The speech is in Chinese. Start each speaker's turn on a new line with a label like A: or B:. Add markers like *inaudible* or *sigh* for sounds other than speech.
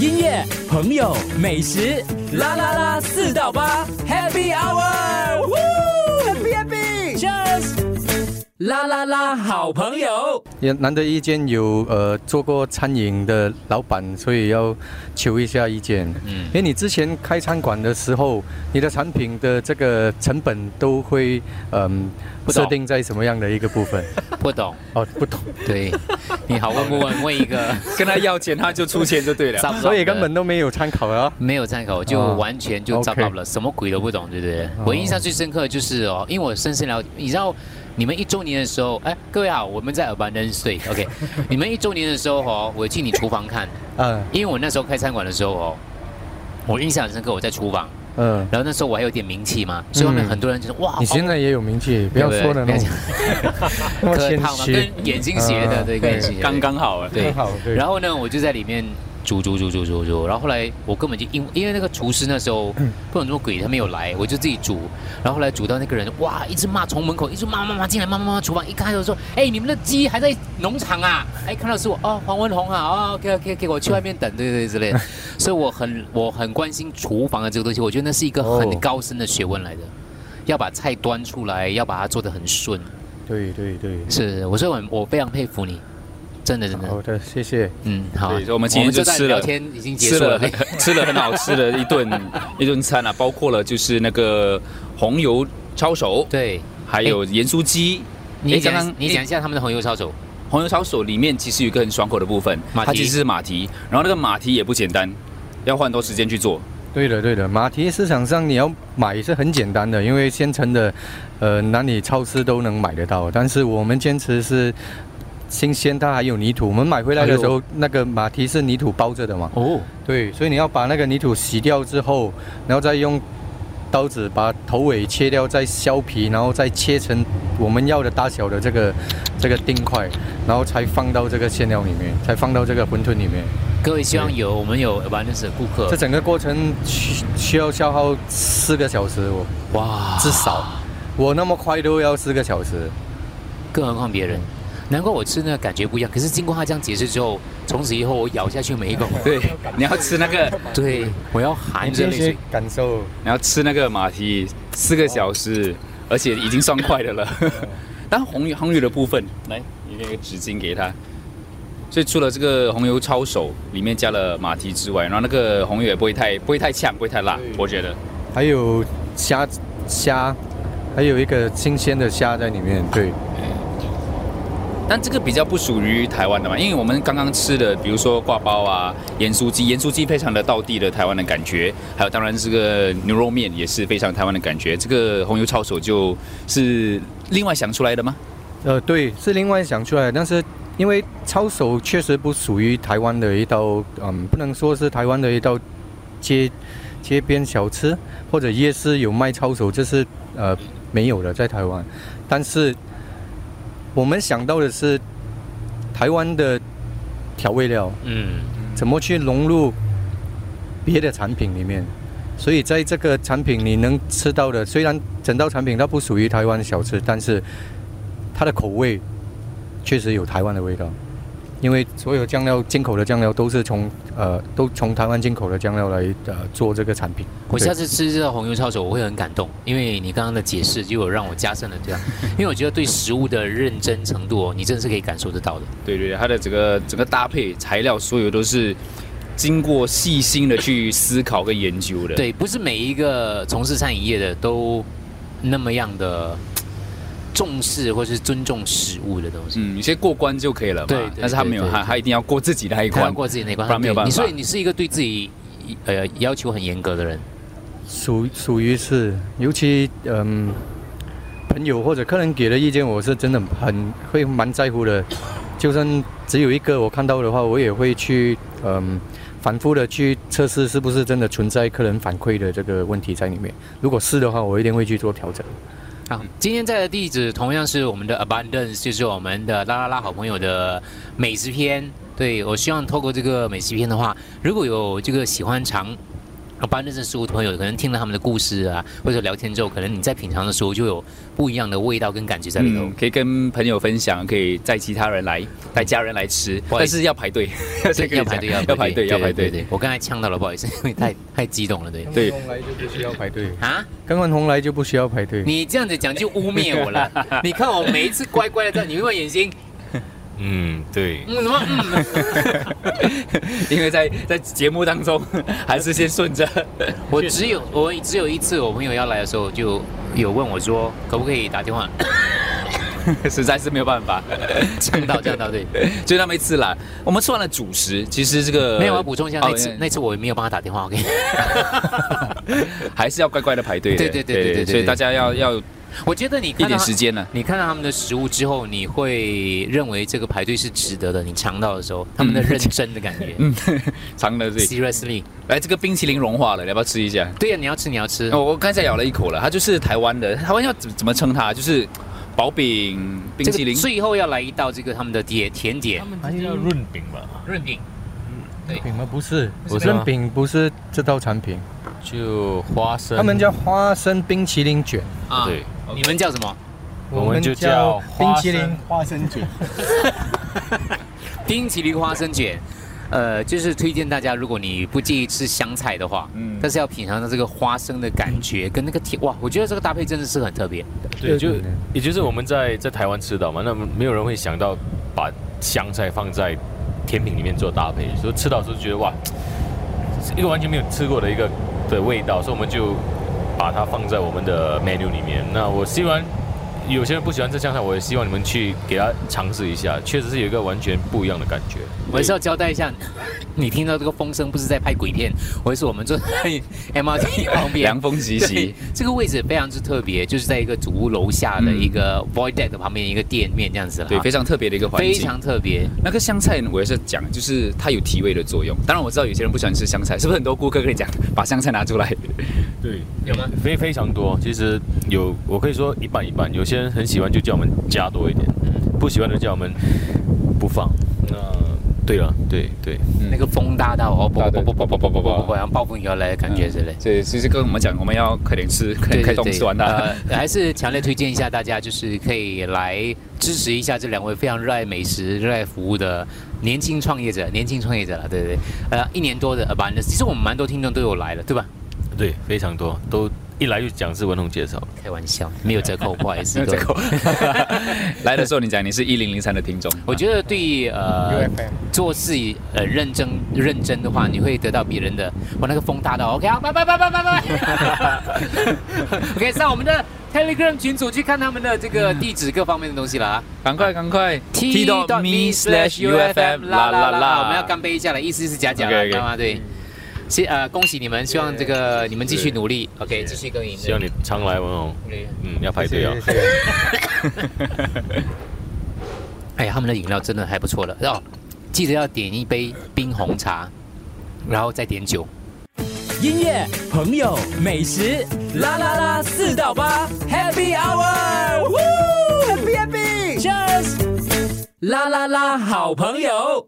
A: 音乐、朋友、美食，啦啦啦，四到八，Happy Hour，Happy Happy，Cheers，啦啦啦，好朋友。
B: 也难得一见有呃做过餐饮的老板，所以要求一下意见。嗯，因为你之前开餐馆的时候，你的产品的这个成本都会嗯、
C: 不懂
B: 设定在什么样的一个部分？
C: *laughs* 不懂，
B: 哦，不同，
C: 对，你好问不问？问一个
D: 跟他要钱，他就出钱就对啊
C: 糟
D: 了。
C: 糕的
B: 所以根本都没有参考啊。
C: 没有参考，就
B: 哦
C: 完全就
B: OK
C: 糟糕了，什么鬼都不懂，对不对？我印象最深刻的就是哦，因为我深深了解，你知道。你们一周年的时候，哎，各位好，我们在耳班认岁，OK。你 *laughs* 们一周年的时候哦，我去你厨房看，
B: 嗯
C: 因为我那时候开餐馆的时候哦，我印象很深刻，我在厨房，
B: 嗯，
C: 然后那时候我还有点名气嘛，所以外面很多人就说哇，
B: 你现在也有名气，不要说的那
C: 对不
B: 种
C: 对 *laughs*
B: 那么
C: 客
B: 谦
C: 套嘛，
B: 虚。
C: 跟眼睛斜
B: 嗯
C: 的，啊对，跟眼睛斜的
D: 刚刚好啊了，
C: 对
B: 很。好，对
C: 然后呢，我就在里面煮煮煮煮煮煮，然后后来我根本就因因为那个厨师那时候
B: 嗯
C: 不懂什么鬼，他没有来，我就自己煮。然后后来煮到那个人哇，一直骂，从门口一直骂骂骂进来，骂骂骂，厨房一看就说：“哎，你们的鸡还在农场啊？”哎，看到是我哦，黄文
B: *laughs*
C: 宏啊，哦，OK OK OK，我去外面等，对对对之
B: 嗯
C: 类的。所以我很我很关心厨房的这个东西，我觉得那是一个
B: 哦
C: 很高深的学问来的。要把菜端出来，要把它做得很顺，
B: 对对对，
C: 是，我说我很我非常佩服你，真的真的。
B: 好的，谢谢。
C: 嗯，好啊、
D: 对所以我们今天就
C: 在
D: 吃了
C: 聊天已经结
D: 吃
C: 束
D: 了
C: 了。哎
D: *laughs* 吃了很好吃的一顿
C: *laughs*
D: 一顿餐啊，包括了就是那个红油抄手， *laughs*
C: 对，
D: 还有
C: 哎
D: 盐酥鸡。
C: 你
D: 诶
C: 讲、
D: 刚刚
C: 你讲一下他们的红油抄手，
D: 红油抄手里面其实有一个很爽口的部分，
C: 马蹄
D: 它其实是马蹄，然后那个马蹄也不简单，要花很多时间去做。
B: 对的，对的，马蹄市场上你要买是很简单的，因为现成的，呃，哪里超市都能买得到。但是我们坚持是新鲜，它还有泥土。我们买回来的时候，那个马蹄是泥土包着的嘛。
C: 哦，
B: 对，所以你要把那个泥土洗掉之后，然后再用刀子把头尾切掉，再削皮，然后再切成我们要的大小的这个这个丁块，然后才放到这个馅料里面，才放到这个馄饨里面。
C: 各位希望有我们有玩的是顾客
B: 这，整个过程需需要消耗四个小时，我
C: 哇，
B: 至少我那么快都要四个小时。
C: 更何况别人。难怪我吃那个感觉不一样，可是经过他这样解释之后，从此以后我咬下去每一口，
D: *laughs* 对，你要吃那个，
C: 对我要含着
B: 哎这
C: 泪水
B: 些。感受，
D: 你要吃那个马蹄四个小时，而且已经算快的了。 *laughs* 但红油红油的部分，来，你那个纸巾给他。所以除了这个红油抄手里面加了马蹄之外，然后那个红油也不会太不会太呛，不会太辣，我觉得。
B: 还有虾虾，还有一个新鲜的虾在里面。对，
D: 但这个比较不属于台湾的嘛，因为我们刚刚吃的，比如说挂包啊、盐酥鸡，盐酥鸡非常的道地的台湾的感觉，还有当然这个牛肉面也是非常台湾的感觉。这个红油抄手就是另外想出来的吗？
B: 呃，对，是另外想出来，但是因为抄手确实不属于台湾的一道，嗯，不能说是台湾的一道街街边小吃或者夜市有卖抄手，这是呃没有的在台湾。但是我们想到的是台湾的调味料
C: 嗯，
B: 怎么去融入别的产品里面。所以在这个产品你能吃到的，虽然整道产品它不属于台湾小吃，但是它的口味确实有台湾的味道，因为所有酱料进口的酱料都是从呃都从台湾进口的酱料来呃做这个产品。
C: 我下
B: 对
C: 次吃这个红油抄手我会很感动，因为你刚刚的解释就有让我加深了这样，因为我觉得对食物的认真程度哦，你真的是可以感受得到的。
D: 对对，对它的整个整个搭配材料，所有都是经过细心的去思考跟研究的。，
C: 对，不是每一个从事餐饮业的都那么样的重视或是尊重食物的东西。
D: 嗯，有些过关就可以了嘛。
C: 对对
D: 但是他没有，
C: 对对
D: 他他一定要过自己的那一
C: 他要
D: 关。
C: 过自己那一关，
D: 不然没有
C: 对
D: 办
C: 你
D: 法
C: 所以你是一个对自己呃要求很严格的人。
B: 属属于是，尤其嗯，朋友或者客人给的意见，我是真的很会蛮在乎的。就算只有一个我看到的话，我也会去嗯反复的去测试是不是真的存在客人反馈的这个问题在里面。如果是的话，我一定会去做调整。
D: 嗯
C: 好，今天在的地址同样是我们的 Abundance，就是我们的啦啦啦好朋友的美食篇。对我希望透过这个美食篇的话，如果有这个喜欢尝然后帮认识食物的朋友，可能听了他们的故事啊，或者聊天之后，可能你在品尝的时候就有不一样的味道跟感觉在里头。
D: 嗯，可以跟朋友分享，可以带其他人来，带家人来吃，
C: 哇
D: 但是要排
C: *laughs*
D: 队，这个
C: 嗯要排
D: *laughs*
C: 队，
D: 讲要排队，要排
C: 对
D: 队。
C: 对对，我刚才呛到了，不好意思，因为太太激动了，对。
D: 对
B: 刚刚红来就不需要排队，
C: 啊！
B: 刚刚红来就不需要排队。
C: 你这样子讲就污蔑
D: *laughs*
C: 我了。你看我每一次乖乖的在，你有没有眼睛？
D: 嗯，
C: *laughs*
D: 对，
C: 嗯，什么？嗯，
D: 因为在在节目当中， *laughs* 还是先顺着， *laughs*
C: 我只有我只有一次，我朋友要来的时候就有问我说，可不可以打
D: *laughs*
C: 电话
D: 实在是没有办法，
C: 呛到呛到对。
D: 就那么一次啦。我们吃完了主食，其实这个
C: 没有，我要啊补充一下，那次
D: 呃哦
C: 那次我也没有帮他打电话，OK。
D: *laughs* 还是要乖乖的排队的。
C: 对对对对对对对
D: 所以大家要要
C: 我觉得你
D: 一
C: 看到
D: 点
C: 他
D: 时间呢。
C: 你看到他们的食物之后，你会认为这个排队是值得的。你尝到的时候，他们的认真的感觉。
D: *laughs* 嗯，长了这里，
C: Seriously，
D: 来这个冰淇淋融化了，你要不要吃一下？
C: 对呀，你要吃你要吃
D: 哦，。我刚才咬了一口了，它就是台湾的，台湾要怎怎么称它？就是薄饼、冰淇淋。
C: 这个最后要来一道这个他们的甜甜点
E: 他们
B: 啊
E: 这叫润饼吧？
C: 润饼，
B: 饼吗？不是，
E: 不是吗
B: 润饼不是这道产品，
E: 就花生，
B: 他们叫花生冰淇淋卷，
C: 啊
E: 对，
C: 你们叫什么？
E: 我们就叫
B: 冰淇淋
E: 花生卷。
C: 冰淇淋花生卷。呃，就是推荐大家，如果你不介意吃香菜的话，
D: 嗯
C: 但是要品尝到这个花生的感觉跟那个甜，哇，我觉得这个搭配真的是很特别。
E: 对，就
B: 对对对
E: 也就是我们在在台湾吃到嘛，那没有人会想到把香菜放在甜品里面做搭配，所以吃到的时候觉得哇，是一个完全没有吃过的一个的味道，所以我们就把它放在我们的 menu 里面。那我希望有些人不喜欢吃香菜，我也希望你们去给他尝试一下，确实是有一个完全不一样的感觉。
C: 我还是要交代一下，你听到这个风声不是在拍鬼片，我是我们坐在 *laughs* MRT 旁边，
D: 凉风习
C: 对
D: 习，
C: 这个位置非常之特别，就是在一个主屋楼下的一个 void deck 旁边一个店面这样子了哈，
D: 嗯对，非常特别的一个环
C: 非
D: 境。
C: 常特别。
D: 那个香菜，我也是讲，就是它有提味的作用。当然，我知道有些人不喜欢吃香菜，是不是很多顾客跟你讲，把香菜拿出来？
E: 对，
C: 有吗？
E: 非非常多，其实有我可以说一半一半，有些人很喜欢就叫我们加多一点，
B: 嗯
E: 不喜欢的叫我们不放。那对了，对对，
C: 那个风大到哦，不不不不不不不不不，
D: 对
C: 像暴风雨要来的感觉之类。
D: 所以其实跟我们讲，我们要快点吃，快点开动吃完它。
C: 呃， *laughs* 还是强烈推荐一下大家，就是可以来支持一下这两位非常热爱美食、热爱服务的年轻创业者，年轻创业者了，对对对，呃，一年多的 abundance，其实我们蛮多听众都有来了，对吧？
E: 对，非常多，都一来就讲是文宏介绍。
C: 开玩笑， *laughs* 没有折扣，不好意思，
D: 没有折
C: 各
D: 扣
C: 位
D: *laughs* 来的时候你讲你是一零零三的听众，
C: 我觉得对于呃
B: UFM
C: 做事呃认真认真的话，你会得到别人的。我那个风大到 OK 好，拜拜拜拜拜拜。OK，上我们的 Telegram 群组去看他们的这个地址各方面的东西了啊。
D: 赶快赶快
C: t.me/ufm 啦啦啦，我们要干杯一下了，意思是假假了，
D: OK，OK
C: 知道吗？对。谢呃，恭喜你们，希望这个你们继续努力，OK，继续耕耘。
E: 希望你常来文宏，
C: 对
E: 嗯，要排队哦。
B: 谢谢谢谢
C: 哎呀，他们的饮料真的还不错了。哦，记得要点一杯冰红茶，然后再点酒。
A: 音乐、朋友、美食，啦啦啦，四到八，Happy Hour，Happy Happy，Cheers，啦啦啦，好朋友。